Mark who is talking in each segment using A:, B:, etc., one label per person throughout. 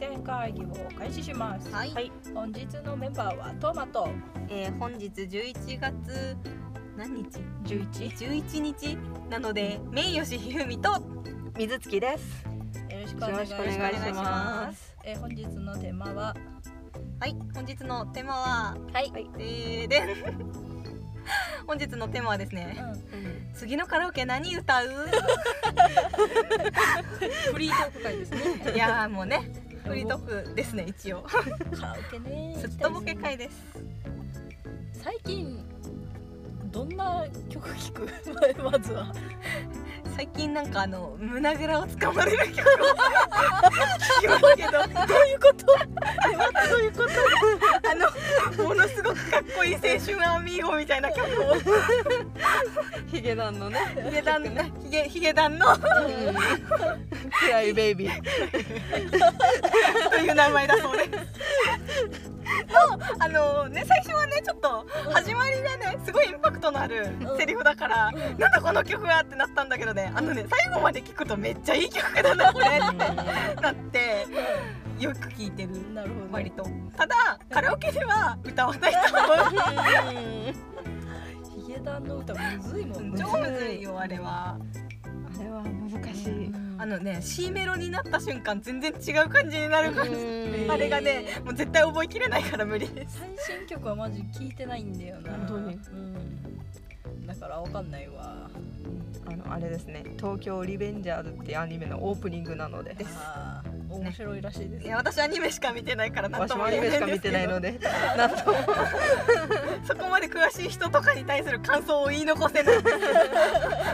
A: 演会議を開始します、
B: はい
C: はい
A: 本日のメンバーはトマト
B: えー、本日11月何日
A: 11
B: 11日なのでメイヨシヒフミと水月です
A: よろしくお
B: よ
A: 願
B: ろ
A: い
B: し
A: し
B: くお
A: ま
B: 願い
A: す
B: します
A: えー本日のテーマは
B: はい本日のテーマは
A: はい、
B: えー、で 本日のテーマはですね
A: う
B: 次のカラオケ何歌
A: ん、
B: う
A: フリートーク会です ね
B: いやーもうねフリートークですね一応
A: カラオケね
B: すっとぼけ
A: 行きた
B: 会
A: いで
B: で
A: す
B: す
A: ね最近どんな曲聞くまずは
B: 最近なんかあの胸ぐらをつかまれる曲を聞きますけど
A: どういうことどういうこと
B: あのものすごくかっこいい青春アミーゴみたいな曲を
C: ヒゲダンのね
B: ヒゲダンヒゲヒゲダンの
C: クライベイビー
B: という名前だそうです。のあのね最初はねちょっと始まりがねすごいインパクトのある
A: うん
B: セリフだから、
A: うん
B: なんだこの曲はってなったんだけどねあのね最後まで聞くとめっちゃいい曲だなこれってなってよく聞いてる
A: なるほど
B: 割とただカラオケでは歌わないと思う。
A: ヒゲダンの歌むずいも んね
B: 超むずいよあれは
C: あれは難しい
A: うん
B: あのね C メロになった瞬間全然違う感じになる感じ
A: うん
B: あれがねもう絶対覚えきれないから無理です
A: 最新曲はマジ聞いてないんだよな
C: 本当に
A: うんだからわかんないわ
C: あのあれですね東京リベンジャーズっていうアニメのオープニングなので
A: あー面白いらしいです
B: いや私アニメしか見てないから何
C: 私
B: と
C: も
B: も
C: アニ
B: 言
C: メ
B: え
C: し
B: な
C: か
B: いんですけ
C: 見て
B: ど
C: ないのでなんとも
B: そこまで詳しい人とかに対する感想を言い残せ ないんですけど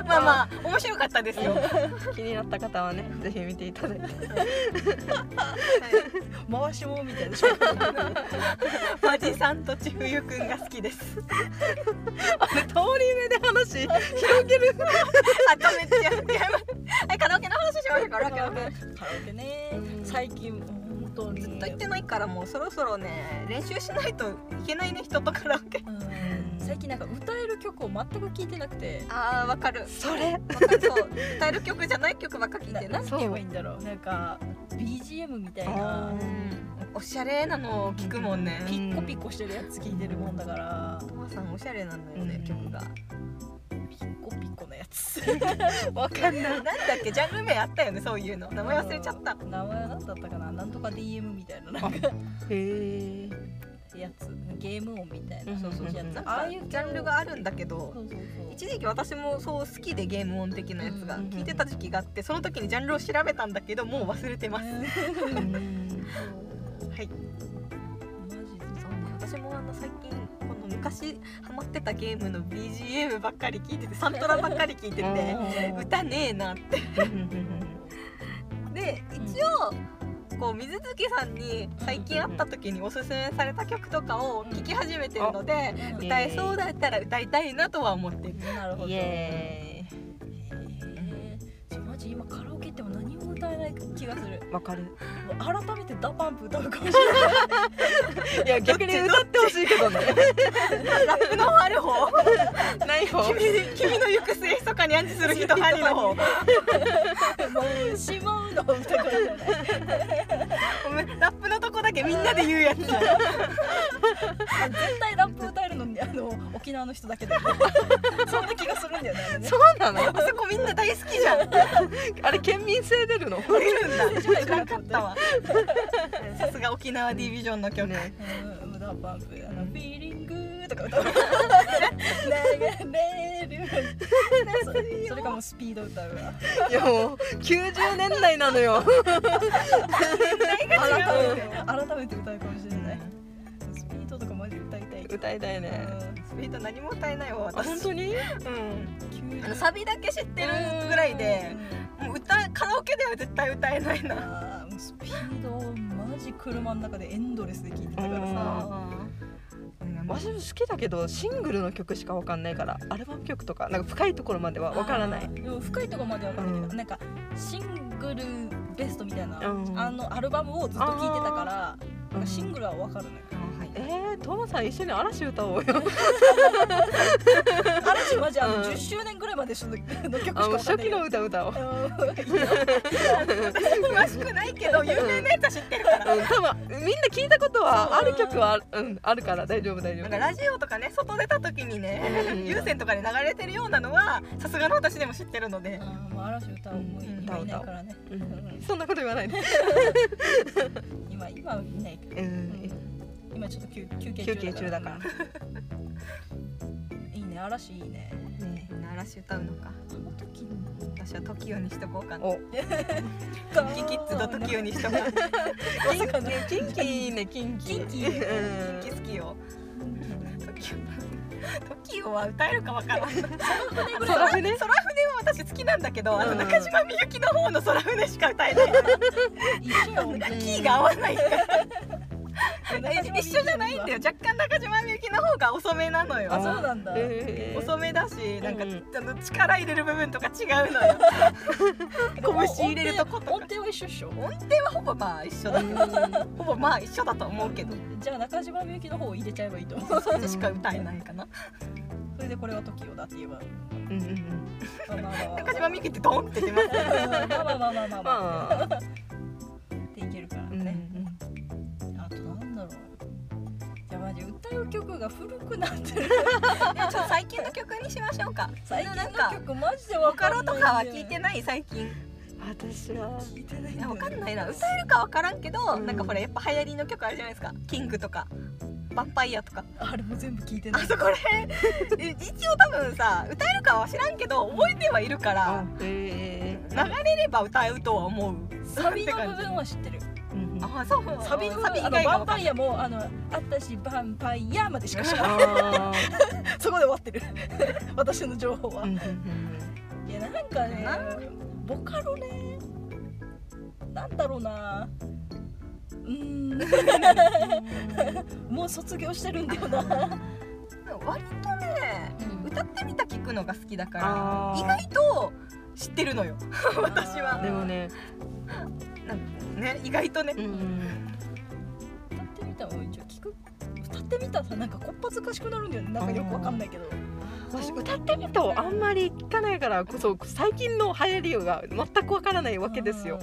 B: まあまあ面白かったですよ、はい
C: 気になった方はねぜひ見ていただいて
A: 回しもみ たいでしょ
B: マジさんとちふゆくんが好きです
C: 通り目で話広げる
B: あとめっちゃ違いますはいカラオケの話しましょうカラオケの話
A: カラオケね最近本当に
B: ずっと行ってないからもうそろそろね練習しないといけないね人とカラオケ
A: うん最近なんか歌える曲を全く聞いてなくて
B: あーわかる
C: それ
B: わかるそう歌える曲じゃない曲ばっか聞い
A: な
B: てな
A: 何て言えばいいんだろうなんか BGM みたい
C: あ
A: な
C: ー
B: おしゃれなのを聞くもんね
A: ピッコピコしてるやつ聞いてるもんだから
B: トマさんおしゃれなんだよね、
C: うん
B: 曲が
A: ピッコピコのやつ
C: わかんない
B: なんだっけジャンル名あったよねそういうの名前忘れちゃった
A: 名前は何だったかななんとか DM みたいななんか
C: へえ
A: やつゲーム音みたいな、
C: うん
A: そうそうやつ
B: なん
A: あ
B: か
A: あいう
B: ジャンルがあるんだけど
A: そうそうそ
B: 一時期私もそう好きでゲーム音的なやつが
C: うんうんうん
B: 聞いてた時期があってその時にジャンルを調べたんだけどもう忘れて
A: う
B: ますはい
A: マジで
B: そうね私もあの最近この昔ハマってたゲームの BGM ばっかり聞いててサントラばっかり聞いてて歌ねえなってで一応こう水月さんに最近会った時におすすめされた曲とかを聴き始めてるので
A: うん
C: ん
B: 歌えそうだったら歌いたいなとは思ってる
A: なるほど
C: イ
A: へ
C: エ
A: えちょマジ今カラオケ行っても何も歌えない気がする
C: ーイわかる
A: もう改めてダパンプ歌うかもしれない
C: いや逆に歌ってほしいけどね
B: ラ ップのある方
C: ない方
B: 君君の行く末密かに暗示する人ハリの方
A: しまうの歌うかもしれない
B: ごめんラップのとこだけみんなで言うやつ
A: 絶対ラップ歌えるのにあの沖縄の人だけだ よねそんな気がするんだよねあれね
C: そうなの
B: あそこみんな大好きじゃん
C: あれ県民性出る の
B: 降りるんだ知らんかったわ さすが沖縄ディビジョンの曲、
C: ね
A: うん、ダパンプあのフィーリングとか歌う流れるそれそれかもうスピード歌うわ
C: いやもう90年代なのよ
A: 改
B: 違う
A: めて改めて歌うかもしれない、スピードとかマジ歌いたいけど
C: 歌いたいね
B: スピード何も歌えないわ
C: あ
B: 私
C: 本当に
B: うん
A: 急
B: あのサビだけ知ってるぐらいでもう歌カラオケでは絶対歌えないな
A: あーもうスピードをマジ車の中でエンドレスで聴いてたからさ
B: あ
C: わしも好きだけどシングルの曲しかわかんないからアルバム曲とかなんか深いところまではわからない
A: あーでも深いところまでは分かんないけど、
C: う
A: なんかシングルベストみたいな、
C: うん
A: あのアルバムをずっと聴いてたからなんかシングルは分かるのよ
B: はい
C: えー、トモさん一緒に嵐歌おうよ
A: 嵐マジあ
C: うん
A: の10周年ぐらいまでのの曲しか
C: あもう
A: わか
C: 初
A: んない
C: 期
A: よ
C: の歌歌おう、
B: 詳しくないけど有名なやつは知ってるから
C: うん、多分みんな聞いたことはあ
A: そう
C: る曲はある,、うん、あるから大丈夫大
B: な
C: 丈
B: ん
C: 夫
B: かラジオとかね外出た時に
C: う
B: ね
C: ん
B: 有線とかで流れてるようなのはさすがの私でも知ってるので
A: あーまあ嵐歌うもう今いないからね
C: う
A: うん
C: ん、そんなこと言わないで、
A: 今今はいないけど
C: うん、
A: 今ちょっと休休
C: 休
A: 憩
C: 憩中だから
A: いいね嵐いいね
C: ね
B: 嵐歌うのか
A: その時
B: 私は TOKIO にしとこうかな
C: お
B: キキッズと TOKIO にしとこう
A: まさかの
C: キンキいいねキンキ
A: キンキ
C: うん
B: キキ好きよ TOKIO は歌えるかわからん
C: 空船
B: 空船は私好きなんだけど、あの
C: うん
B: 中島みゆきの方の空船しか歌えない。
A: 一緒よ
C: ん
B: キーが合わないから。え
A: 中島みゆき
B: 一緒じゃないんだよ。若干中島みゆきの方が遅めなのよ
A: あ。そうなんだ
C: えー
B: 遅めだし、なんか、
C: うん
B: あの力入れる部分とか違うのよ。 拳入れるとことか
A: 音程は一緒っしょ
B: 音程はほぼまあ一緒だ。ほぼまあ一緒だと思うけど。
A: じゃあ中島みゆきの方を入れちゃえばいいと思う
B: そっちしか歌えないかな。
A: それでこれは TOKIO だって言えば
C: うんうんうん
A: まあまあまあまあ
B: 中島みゆきってドンって出ます。
A: まあまあまあまあまあまあ
C: まあ
A: っていけるから
C: うんうんう
A: ね
C: ん
A: あとなんだろういやマジ歌う曲が古くなってる
B: ちょっと最近の曲にしましょうか。
A: 最近
B: なん
A: の
B: か。
A: 曲マジで
B: ボ
A: わ
B: カ
A: か
B: ロ
A: ら
B: と
A: ない
B: かは聞いて
A: い
B: ない最近。
C: 私は
A: 聞いてないん
B: い
A: だ
B: や
A: よ
B: わ
A: ね
B: かんないな歌えるかわからんけど、
C: うん
B: なんかほらやっぱ流行りの曲あるじゃないですかキングとかヴァンパイアとか
A: あれも全部聞いて
B: あ
A: ない
B: そこら辺え一応多分さ歌えるかは知らんけど覚えてはいるから
C: あへえ
B: 流れれば歌うとは思う
A: サビの
B: って
A: 部
B: 感じ
A: 分は知ってる
C: うんうんあ
B: あそう
A: サビの部
B: サビ以
A: 分あのヴ
B: 外が
A: ァ
B: わ
A: ンパ
B: かん
A: イアもあのあったしヴァンパイアまでしか知 らないそこで終わってる私の情報は
C: ーうんうんうん
A: いやなんかね
B: な
A: ボカロねなんだろうなうー ん もう卒業してるんだよな
B: 割とね歌ってみた聞くのが好きだから
C: あー
B: 意外と知ってるのよ 私は
C: でもね
B: ね意外とね、
C: うん
A: 歌ってみたも一応聞く歌ってみたらさなんかこっぱずかしくなるんだよねなんかよくわかんないけど
C: 私歌ってみたをあんまり聞かないからこそ最近の流行りが全くわからないわけですよ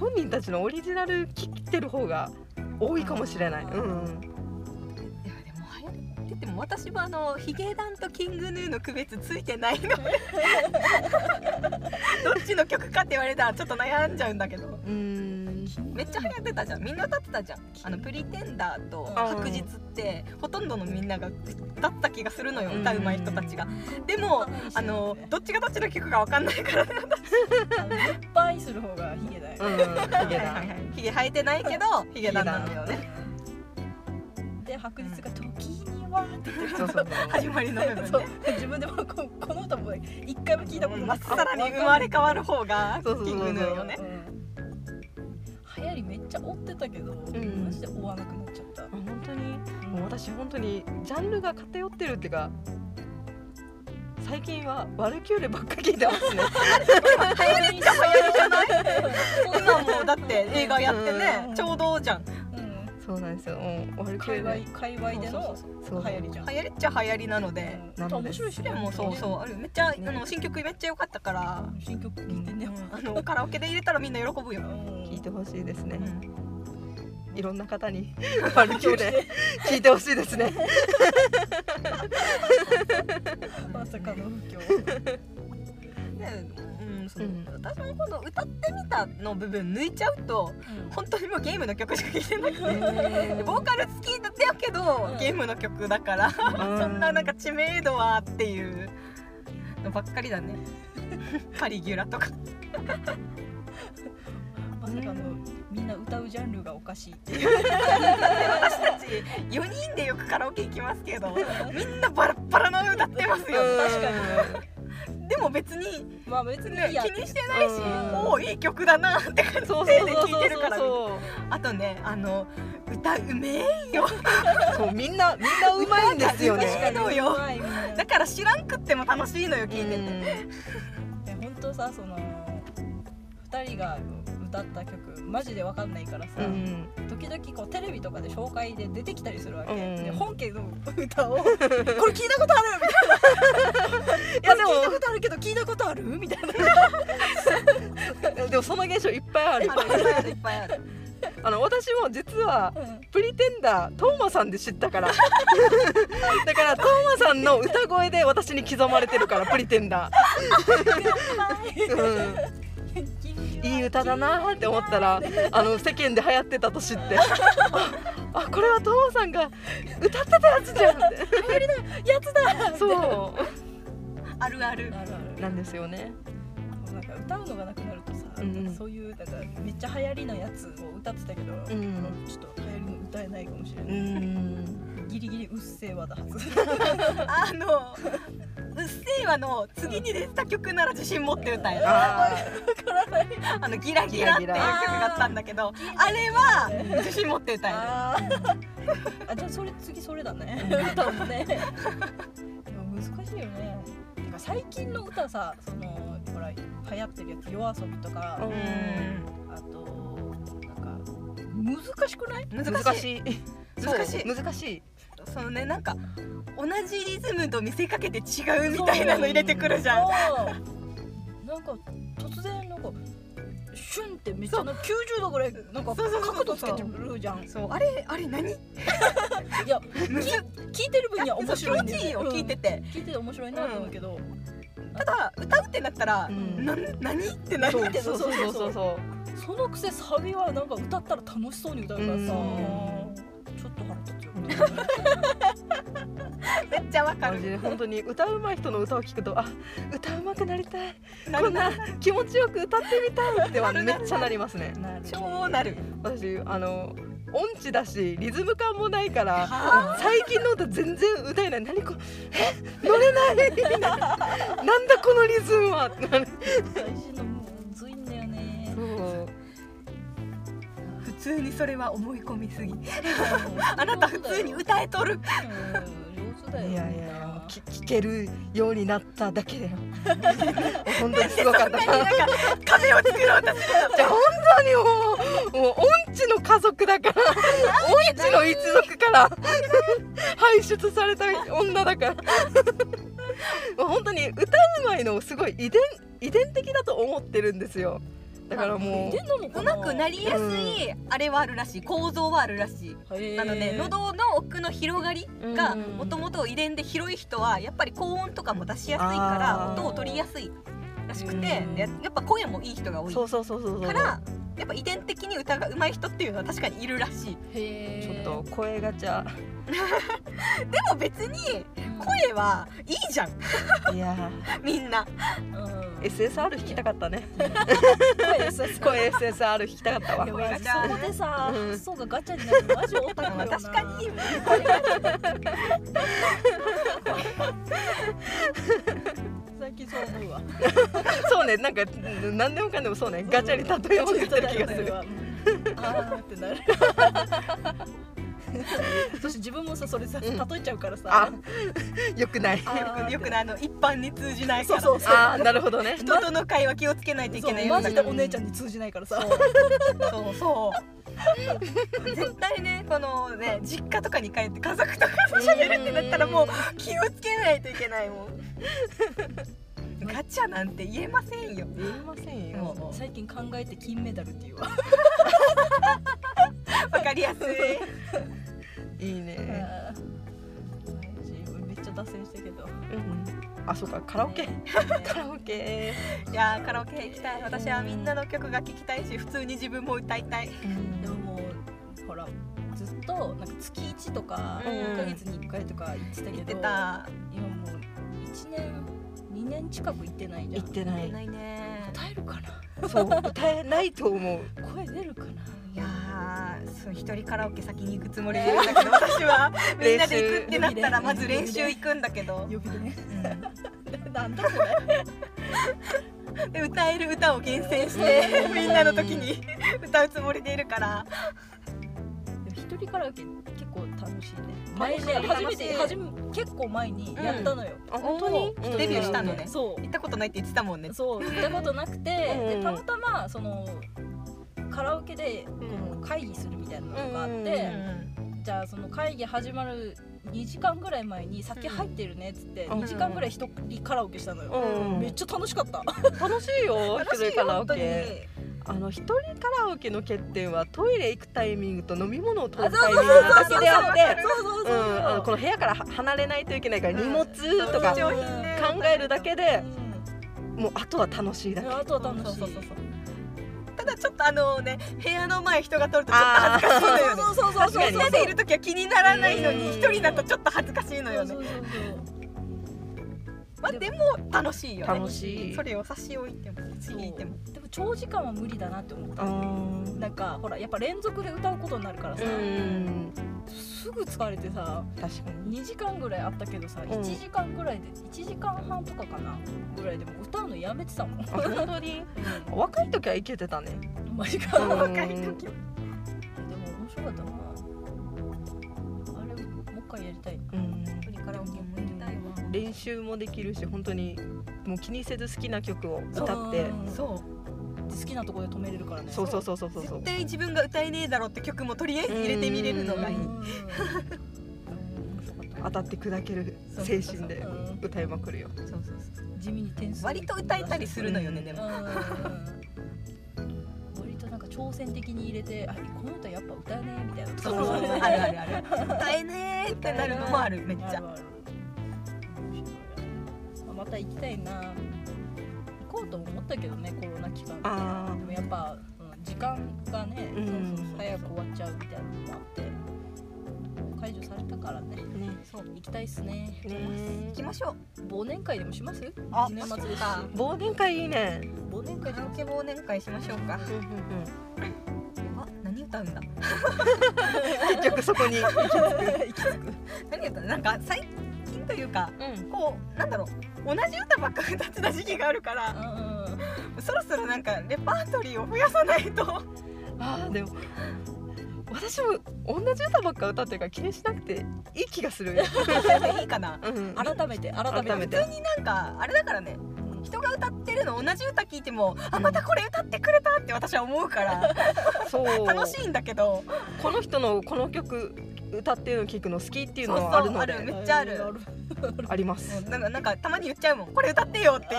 C: 本人たちのオリジナル聴いてる方が多いかもしれないうん
B: いやでも流行ってても私はあのヒゲダンとキングヌーの区別ついてない のどっちの曲かって言われたらちょっと悩んじゃうんだけど
C: うん
B: めっちゃ流行ってたじゃんみんな歌ってたじゃんあの「プリテンダー」と「
C: あー
B: 白日」ってほとんどのみんなが歌った気がするのよ
C: うん
B: 歌うまい人たちがでもあのどっちがどっちの曲か分かんないからね
A: いっぱいする方がヒゲだよ
C: うんヒゲ だ
B: ヒゲ生えてないけどヒゲダンなのよね
A: で白日が「時には」って言って
C: そうそうそう
B: 始まりの部分
A: そう
B: ね
A: 自分でもここの歌も一回も聞いたこと
B: ま
A: な
B: っ
A: くて
B: さらに生まれ変わる方がキ
C: そうそうそう
B: ングヌーよね
A: うん、流行りめっちゃ追ってたけど、
C: ん
A: マジで追わなくなっちゃった、
C: あ本当にもう私本当にジャンルが偏ってるっていうか最近はワルキューレばっか聞いてます
A: 流
C: ね
A: 行りっちゃ流行りじゃない
B: 今もうだって映画やって
A: う
B: ね
A: ん
B: ちょうどじゃん
C: そうなんですよもうワルキ
A: 界
C: ューレ
A: 隈界隈での
C: そう
A: 流行りじゃん
B: 流行りっちゃ流行りなので
A: うん
C: なので
A: 面白いし
B: でもそうそうあれめっちゃあの新曲めっちゃ良かったから
A: 新曲聴いてんね、
B: あのカラオケで入れたらみんな喜ぶよ
C: 聞いてほしいです
B: う
C: ね
B: ん
C: いろんな方 にワルキューレ聞いてほしいですね
A: まさかの不況
B: でうんそう
C: うん
B: 私も今度歌ってみたの部分抜いちゃうと本当にもうゲームの曲しか聴いてなくてボーカル好きだったけどゲームの曲だからそんななんか知名度はっていうのばっかり だねカリギュラとか
A: まさかのみんな歌うジャンルがおかしいって
B: 私たち4人でよくカラオケ行きますけどみんなバラッバラの歌ってますよ
A: 確か
B: でも別に、
A: まあ別に
B: ね
A: いいや
B: 気にしてないし
C: うん
B: おおいい曲だなって
C: にそ
B: 手
C: うそう
B: で
C: そう
B: 聞
C: そ
B: いうてるから
C: そう
B: あとねあの歌うめえ
C: そうみんなみんなうまいんですよ
B: 確か
C: ね
B: にう
A: よ
B: まだから知らんくっても楽しいのよ聞いてて、
A: 本当さその2人が歌った曲マジでわかんないからさ、
C: うん
A: 時々こうテレビとかで紹介で出てきたりするわけ、
C: うん
A: で本家の歌を これ聞いたことあるみた
C: や
A: い
C: で
A: な
C: も
A: いや聞いたことあるけど聞いたことあるみたいな
C: でもその現象いっぱいある
B: あるいっぱいあるいっぱいある
C: あの私も実は プリテンダートーマさんで知ったから だからトーマさんの歌声で私に刻まれてるからプリテンダー、 うん、いい歌だなーって思ったらあの世間で流行ってたと知ってああこれはトーマさんが歌ってたやつじゃんって
A: やつだ
C: そ
B: あるある
A: あるある
C: うなんですよね
A: なんか歌うのがなくなるとさ、
C: うんう
A: な
C: ん
A: んかそういうなんかめっちゃ流行りのやつを歌ってたけど、ち
C: ん
A: ょっと流行りの歌えないかもしれ
C: う
A: ない、
C: ん
A: ギリギリうっせぇわだはず
B: あの「うっせぇわ」の次に出た曲なら自信持って歌える
C: あ
B: あのギラギラっていう曲があったんだけど、あれは自信持って歌える。
A: あーあじゃあそれ次それだね歌もねでも難しいよねてか最近の歌さそのほら流行ってるやつ夜遊びとか、
C: う
A: あとなんか難しくない
B: 難
C: ー
B: しい
C: 難し
B: 難しい
C: いそう難しい
B: そのねなんか同じリズムと見せかけて違うみたいなの入れてくるじゃん
A: そうなんか突然なんかシュンってめっちゃな90度ぐらいなんか
B: そうそうそうそう
A: 角度つけてるじゃん
B: そうあれあれ何
A: いや
B: むず
A: 聞いてる分には面白いんだ
B: 気持ちいいよ
A: うん
B: 聞いてて
A: 聞いてて面白いなと思うけど、
B: ただ歌うってなったら
C: うん
B: な何ってなる
C: そう
A: てる
C: そうそうそうそう
A: そのくせサビはなんか歌ったら楽しそうに歌うからさ
C: うん
A: ちょっと腹立つよ
B: めっちゃわか
C: 感
B: る
C: じで本当に歌うまい人の歌を聞くとあ歌うまくなりたい
B: な
C: こ
B: る
C: ん
B: な
C: な気持ちよく歌ってみたいってはめっちゃなりますね
A: なる
B: 超なる
C: 私あの音痴だしリズム感もないから
B: あ
C: 最近の歌全然歌えない何こえ乗れない なんだこのリズムはってなる
A: 最新のもうむずいんだよね
C: そう
B: ー普通にそれは思い込みすぎ あなた普通に歌えとる
A: うん上手だよ
C: いやいやき聞けるようになっただけだよ 本当にすごかった
B: なんか壁を作ろうとする
C: じゃあ本当にもうもう音痴の家族だから音痴の一族から排出された女だからもう本当に歌うまいのをすごい遺伝遺伝的だと思ってるんですよだからも
A: でんのも
B: う
A: か
B: まくなりやすいあれはあるらしい構造はあるらしい
A: へー
B: なので喉の奥の広がりが
C: うん
B: もともと遺伝で広い人はやっぱり高音とかも出しやすいから
C: あー
B: 音を取りやすいらしくて
A: うん
B: でやっぱ声もいい人が多
C: う
B: い
C: そ
B: か
C: うそうそうそうそう
B: らやっぱ遺伝的に歌が上手い人っていうのは確かにいるらしいで
A: へー
C: ちょっと声がじゃ
B: も別に声はいいじゃん
C: いや
B: みんな
A: うん
C: ー SSR 弾きたかったね
A: 声そうそう
C: 声 SSR 弾きたかったわ
A: いや
B: 声が
A: 俺
B: ガチャ
A: そこでさ
C: うん
A: 発想がガチャになるのマジオタクよな
B: 確かに
A: 最近そう思うわ
C: そうねなんかうん何でもかんでもそうねガチャに例えを言ってる気がする
A: あーってなる私自分もさそれさ例
C: うん
A: えちゃうから
C: あ
A: さ
C: よくない
A: あーって
B: よくないあの一般に通じないか
A: そう
B: ら
A: そうそう
C: あーなるほどね
B: 人との会話気をつけないとい
A: そ
B: けないうよ
A: マ
B: うにな
A: ジ
B: る
A: でお姉ちゃんに通じないからさ
B: そうそう。絶対ね、このね、実家とかに帰って家族とかと喋るってなったらもう気をつけないといけないもん。ガチャなんて言えませんよ。
C: 言いませんよ。
B: も
A: 最近考えて金メダルっていうわ
B: うわかりやすい。
C: いいね。
A: 私めっちゃ脱線したけど
C: うん。あ、そうか、カラオケ。カラオケ。
B: いやーカラオケ行きたい。私はみんなの曲が聴きたいし、普通に自分も歌いたい。
A: でももうほらずっとなんか月1とか
B: うん
A: 1ヶ月に1回とか言ってたけ
B: 言
A: ど
B: ってた。
A: 今もう1年2年近く行ってないじゃ
C: 行
A: ん
C: ってない。
B: ないね。
A: 耐えるかな
C: そう、歌えないと思う。
A: 声出るかない
B: やーそう一人カラオケ先に行くつもりでいるんだけ ど、私はみんなで行くってなったらまず練習行くんだけど。
A: 呼び でね
B: うん
A: なんだそれ
B: で歌える歌を厳選して みんなの時に歌うつもりでいるから
A: でも一人カラオケ結構楽しいね
C: 楽
A: 前
C: しい
A: ね初めて
C: 楽
A: 初
C: し
A: め結構前にやったのよ、
C: あ
B: おーデビューしたのね
A: そう
B: 行ったことないって言ってたもんね
A: そう行ったことなくて、
C: うん
A: でたまたまそのカラオケでこう会議するみたいなのがあって、じゃあその会議始まる2時間ぐらい前に酒入ってるねっつって
C: うん
A: 2時間ぐらい一人カラオケしたのよ、
C: うん
A: めっちゃ楽しかった
C: 楽しいよ一
B: 楽し
C: 人
B: い
C: カ
B: よ
C: ラオ
B: 本当に
C: ケあの一人カラオケの欠点はトイレ行くタイミングと飲み物を取るタイミングだけであって
A: そうそう
C: う
A: そうそ
C: んあの
A: う
C: この部屋からは離れないといけないから
B: うん
C: 荷物とか
B: 日用品ね
C: 考えるだけでもうあとは楽しいだ
A: うん
C: け
A: あとは楽しい
B: そうそうそうただちょっとあのね部屋の前人が通るとちょっと恥ずかしいのよね
A: そうそうそうそう
C: 確かに
B: みんなでいる時は気にならないの
C: うん
B: に一人だとちょっと恥ずかしいのよね
A: そうそうそう
B: まあでも楽しいよね
C: 楽しい
B: それを差し置いても次にいても
A: でも長時間は無理だなって思っ
C: う
A: た
C: ん
A: なんかほらやっぱ連続で歌うことになるからさ、
C: うん
A: すぐ疲れてさ
C: 確かに
A: 2時間ぐらいあったけどさ、
C: ん
A: 1時間ぐらいで1時間半とかかなぐらいでも歌うのやめてたもん
C: あ本当に若い時はいけてたね
A: マジかでも
B: 若い時は
A: 面白かったなあれもう一回やりたい
C: うん
B: 一人カラオケも行きたいわ
C: 練習もできるし本当にもう気にせず好きな曲を歌って
A: そう
B: そう
A: 好きなとこで止めれるからね
C: そうそうそうそうそうそう
B: 絶対自分が歌えねえだろうって曲もとりあえず入れてみれるのがいい
A: うん
C: う当たって砕ける精神で
A: うん
C: 歌いまくるよ
B: そうそうそう
A: 地味に点数
B: 割と歌えたりするのよね
C: うん
B: で
A: うん
B: も
A: 割となんか挑戦的に入れてあこの歌やっぱ歌えねえみたいな
B: そうそうそうあるあるある歌えねえってなるのもあるめっち
A: あ
B: ゃ
A: るある面白いなまた行きたいな行こうとも思ったけどねコロナ期間で
C: あ
A: でもやっぱ、うん、時間がね、
C: うん
A: そうそうそう早く終わっちゃうみたいなのもあって解除されたからね
C: あね
A: そう行きたいっすね
B: 行きましょう
A: 忘年会でもします
B: あ
A: 年末ですし
B: あ
C: 忘年会いいね
A: 忘年
B: カ
A: 会で
B: ラ
A: も
B: オケ忘年会しましょうかあ何歌うんだ
C: 結局そこに行き着く
B: 何歌うなんか最近というかこうなんだろう同じ歌ばっか歌ってた時期があるから
A: うんうん
B: そろそろなんかレパートリーを増やさないと
C: ああでも私も同じ歌ばっか歌ってるから気にしなくていい気がするよ、
B: いいかな
C: うん、
A: 改めて改め
C: 改
A: て
C: め
B: 普通
C: て
B: になんかあれだからね
A: うん
B: 人が歌ってるの同じ歌聞いてもあまたこれ歌ってくれたって私は思うから
C: そう
B: 楽しいんだけど
C: この人のこの曲歌ってるの聞くの好きっていうの
B: そう
C: は
B: そう
C: あ
B: ある
C: るので
B: めっちゃある
C: あります
B: もうなんかなんかたまに言っちゃうもんこれ歌ってよ っていう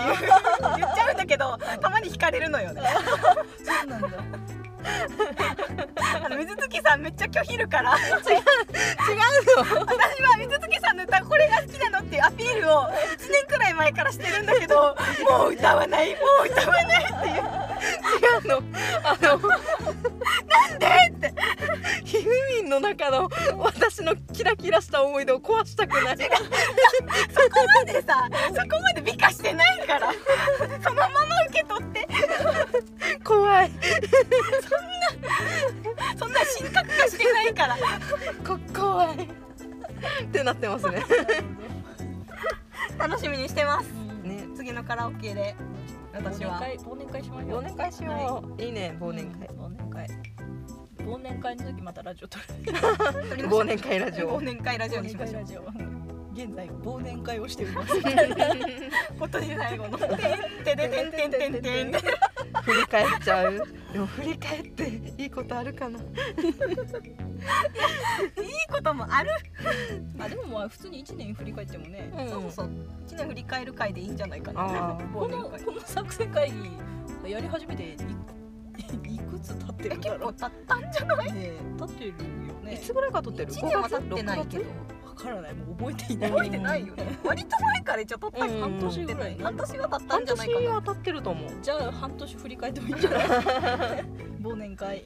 B: 言っちゃうんだけどたまに惹かれるのよね
A: そうなんだ
B: あの水月さんめっちゃ拒否るから違う違うの私は水月さんの歌これが好きなのっていうアピールを1年くらい前からしてるんだけどもう歌わないもう歌わない
C: 違うのあのなんでってひふみんの中の私のキラキラした思い出を壊したくない
B: そこまでさそこまで美化してないからそのまま受け取って
C: 怖い
B: そんな神格化してないから
C: こ怖いってなってますね
B: 楽しみにしてます
A: うん
C: ね
B: 次のカラオケで
A: 忘
B: 私
A: 年
B: は
A: 会忘年会しましょう
C: 忘年会しよう、い、いね忘年会、
A: うん忘年会忘年会の時またラジオ撮る
C: 忘年会ラジオ
B: 忘年会ラジオにしましょう
A: ラジオ 現在忘年会をしております
B: 今年最後の「 てんてでてんてんてん てん」
C: 振り返っちゃうでも振り返っていいことあるかない
B: いこともある、
A: あでもまあ普通に一年振り返ってもね
C: うん
B: そうそう1年振り返る会でいいんじゃないかな
C: あ ー
A: こ
B: 忘
A: の
B: 年会
A: この作戦会議やり始めていいくつ経って
B: え
A: るんだ
B: 結
A: ろ
B: 構
A: う
B: 経ったんじゃない
A: ね経ってるよ
C: い
A: ね
C: つぐらいから撮ってる
B: 1年は経ってないけど
A: わからないもう覚えていない
B: 覚えてないよね 割と前から一応取った
C: うん
A: 半年ぐらいね
B: 半年は経った
C: 半
B: んじゃない
C: 年
B: かな
C: は経ってると思う
A: じゃあ半年振り返ってもいいんじゃない忘年会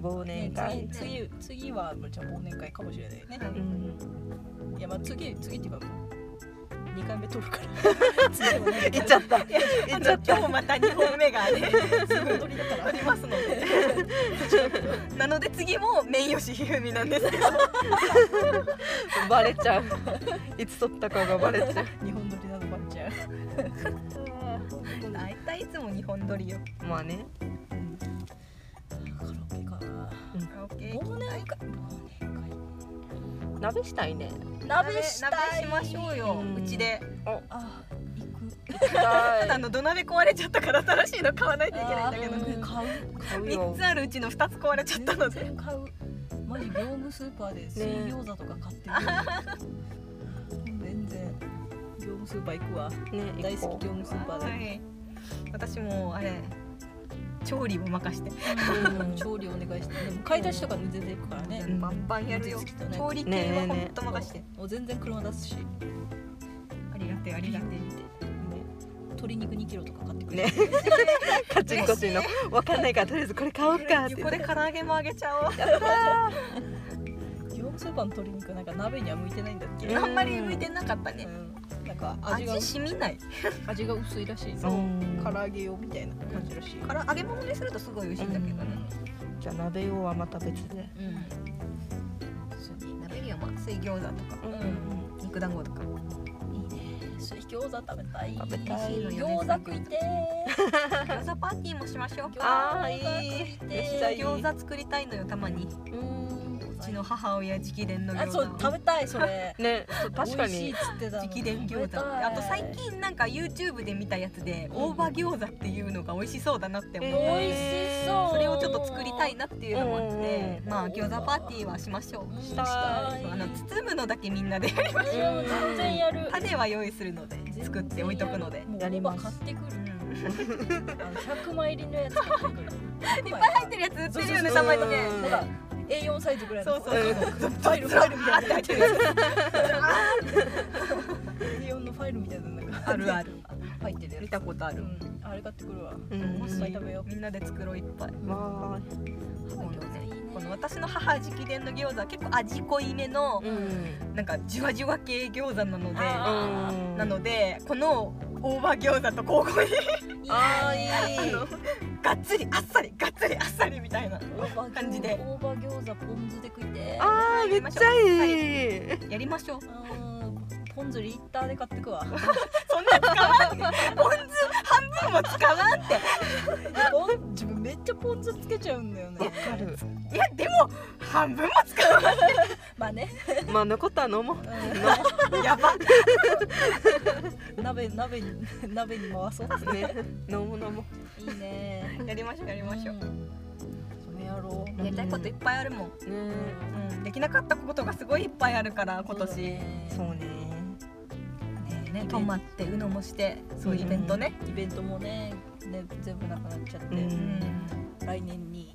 C: 忘
A: ね
C: 年会、
A: 次次次はじゃあ忘年会かもしれないね
C: うん
A: いやまあ次次っていうかもう二回目取るから次はね
C: 行っちゃった行っちゃった
B: 今日また2本目が ね
A: 次は取りだから
B: ありますのでなので次もメイン吉ひふみなんですけど
C: バレちゃういつ撮ったかがバレちゃう
A: 日本撮りなどバレちゃう
B: 大体いつも日本撮りよ
C: まあね
A: カラオケか
B: カラオケ
A: 忘年会忘年
C: 鍋したいね
A: 会
B: 鍋鍋しましょうよ
C: うん
B: うちで
A: あ行く
B: ただあ
C: たい
B: の土鍋壊れちゃったから新しいの買わないといけないんだけど
A: あーうん買う
C: 買う
B: 3
C: よ
B: つあるうちの2つ壊れちゃったので
A: 全然買うマジ業務スーパーで水餃子とか買ってる、全然業務スーパー行くわ
C: ね
A: 大
C: 行
A: 好
C: こ
A: き業務スーパーで、
B: はい私もあれ調理も任して
C: うん
A: 調理お願いしてでも買い出しとかに全然行くからね、
C: ん
B: バンバンやるよ
A: 好きだね
B: 調理系はほんと任して、
A: もう全然車出すし
B: ありがてえありがて
A: 鶏肉2キロとか買ってくる、
C: ねカチンコチンのわかんないからとりあえずこれ買おうかっ
B: え
C: て
B: 横で唐揚げもあげちゃおう
A: 業務スーパーの鶏肉なんか鍋には向いてないんだっけ、
C: う
B: あんまり向いてなかったね
A: うんなんか味
B: 味
A: が
B: 染みない
A: 味が薄いらしい
C: そう
A: 唐揚げ用みたいな感じらしい
B: から揚げ物にするとすごい美味しいんだけどね
C: じゃあ鍋用はまた別で
A: うん
B: 鍋にはまあ水餃子とか
C: うん
A: ん
B: 肉団子とか
A: いいね水餃子食べたい
C: 食べたい
A: 餃子食いて
B: 餃子パーティーもしましょう
A: ー
C: あー
A: 餃子食てー
C: いいめっちゃいい
B: 餃子作りたいのよたまに
A: うん
B: うちの母親直伝の
A: あ
B: 餃子
A: そう
B: を
A: 食べたいそ れ
C: ね確か
A: 美味しい
C: に
A: っつってたの
B: 直伝餃子あと最近なんか YouTube で見たやつで
A: うん
B: 大葉餃子っていうのが美味しそうだなって思う、
A: 美味しそう
B: それをちょっと作りたいなっていうのもあって、
C: う
B: まあ餃子パーティーはしましょう、
A: うん
C: したい
B: あの包むのだけみんなで
A: 私も全然やる
B: 種は用意するので作って置いとくので、
A: もう
C: やります
A: 買ってく
B: う
A: る
B: ん、いっ
A: あの100枚入りのやつ買ってくるいっ
B: ぱい入ってるやつ売っ
A: そ
B: てるよね
A: うそうそう
B: たまにね
C: うん
A: なんか A4 サイズぐらいの
B: そうそうそう
A: ファイルファイルみたいな入ってるや つ A4 のファイルみたいなのが
B: あるある
A: 入ってるやつ
B: 見たことあ
A: う
B: る、
A: んあれ買ってくるわ
C: うん
B: もし
A: いっぱい食べよう
B: みんなで作ろういっぱい
C: ま
B: 今度ねこの私の母直伝の餃子は結構味濃いめの
C: あうん
B: なんかじわじわ系餃子なので
A: あ
C: うん
B: なのでこの大葉餃子と交互に
A: あ
B: あ
A: ーいい
B: のがっつりあっさりがっつりあっさりみたいな感じで
A: 大葉餃子ポン酢で食いてあ
C: あーめっちゃいい
B: やりましょう
A: ーポン酢リッターで買ってくわ
B: そんな使わんでポン酢半分も使わんって
A: ポン自分めっちゃポン酢つけちゃうんだよね
C: わかる
B: いやでも半分も使わ
A: まあね、
C: まあ残ったのも
A: うん
B: んやば
A: 鍋鍋に鍋に回そう
C: ね飲むのも
A: いいね
B: やりましょうやりましょう
A: それやろう
C: うん
B: やりたいこといっぱいあるもん、
C: ね
B: うん、できなかったことがすごいいっぱいあるから今年ね
C: そうね
B: ね泊まってうのもしてそういうイベントね
A: イベントもねね全部なくなっちゃって、
C: うん
A: 来年に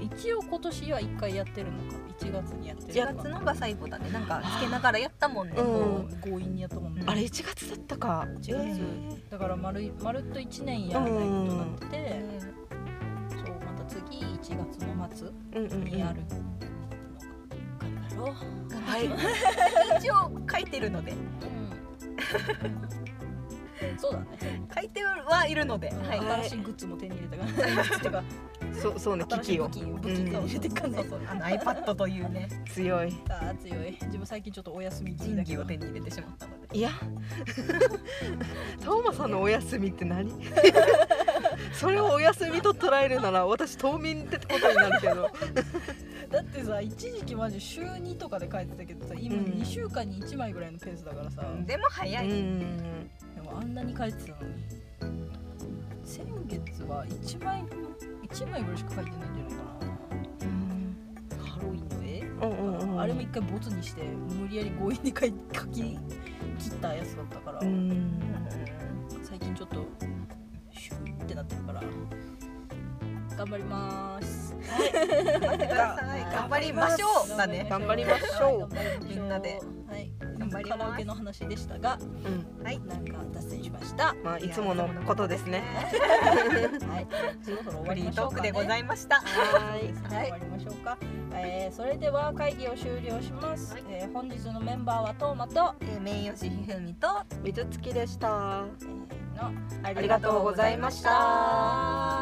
A: 一応今年は1回やってるのか1月にやってるの
B: 1
A: か
B: 月のが最後だねなんかつけながらやったもんね、
C: うん
A: こう強引にやったもんね
C: あれ1月だったか
A: 1月
C: え
A: だからまるいまるっと1年やらないことになってて、そうまた次1月の末
C: ーうんうん
A: にやるのが頑張ろう、
C: はい
B: 一応書いてるので
A: うん、そうだね
B: 書いてはいるので、はい、
A: 新しいグッズも手に入れたから、グッズとか
C: そうそうね危
A: 新しい
C: 機
A: 武
C: を
A: 器を武器を入れてかないと、
B: あの iPad という ね
C: 強い
A: あー強い自分最近ちょっとお休み気味
B: 神
A: だけ
B: 器
A: ど
B: を手に入れてしまったので
C: いやトーマさんのお休みって 何それをお休みと捉えるなら私冬眠ってことになるけど
A: だってさ一時期マジ週2とかで帰ってたけどさ今
C: うん
A: 2週間に1枚ぐらいのペースだからさ、で
B: でも早
C: う
B: い、
C: ん
A: もあんなに帰ってたのに先月は1枚1枚ぐらいしか書いてないんじゃないかなハロウィンの絵
C: うんうんうん
A: あれも一回ボツにして無理やり強引に書い書き切ったやつだったから、
C: うん
A: 最近ちょっとシュンってなってるから頑張ります
B: 頑張ってください 頑張りましょうだね
C: 頑張りましょう
A: はい
B: みんなで
A: はい
B: 頑張ります
A: カラオケの話でしたが
C: うん
B: はい
A: なんか脱線しま した
C: まあいつものことですね
A: はいそろそろ終
B: フ
A: わり
B: リ
A: ま
B: ー
A: しょ
B: ト
A: う
B: ー
A: かね
B: クでございました
A: はい、終わりましょうか、えーそれでは会議を終了します、
B: はい
A: えー本日のメンバーはトーマと、
B: えー名誉市ひふみと
C: 水月でした
A: えーの
C: あ
B: ありがとうございました。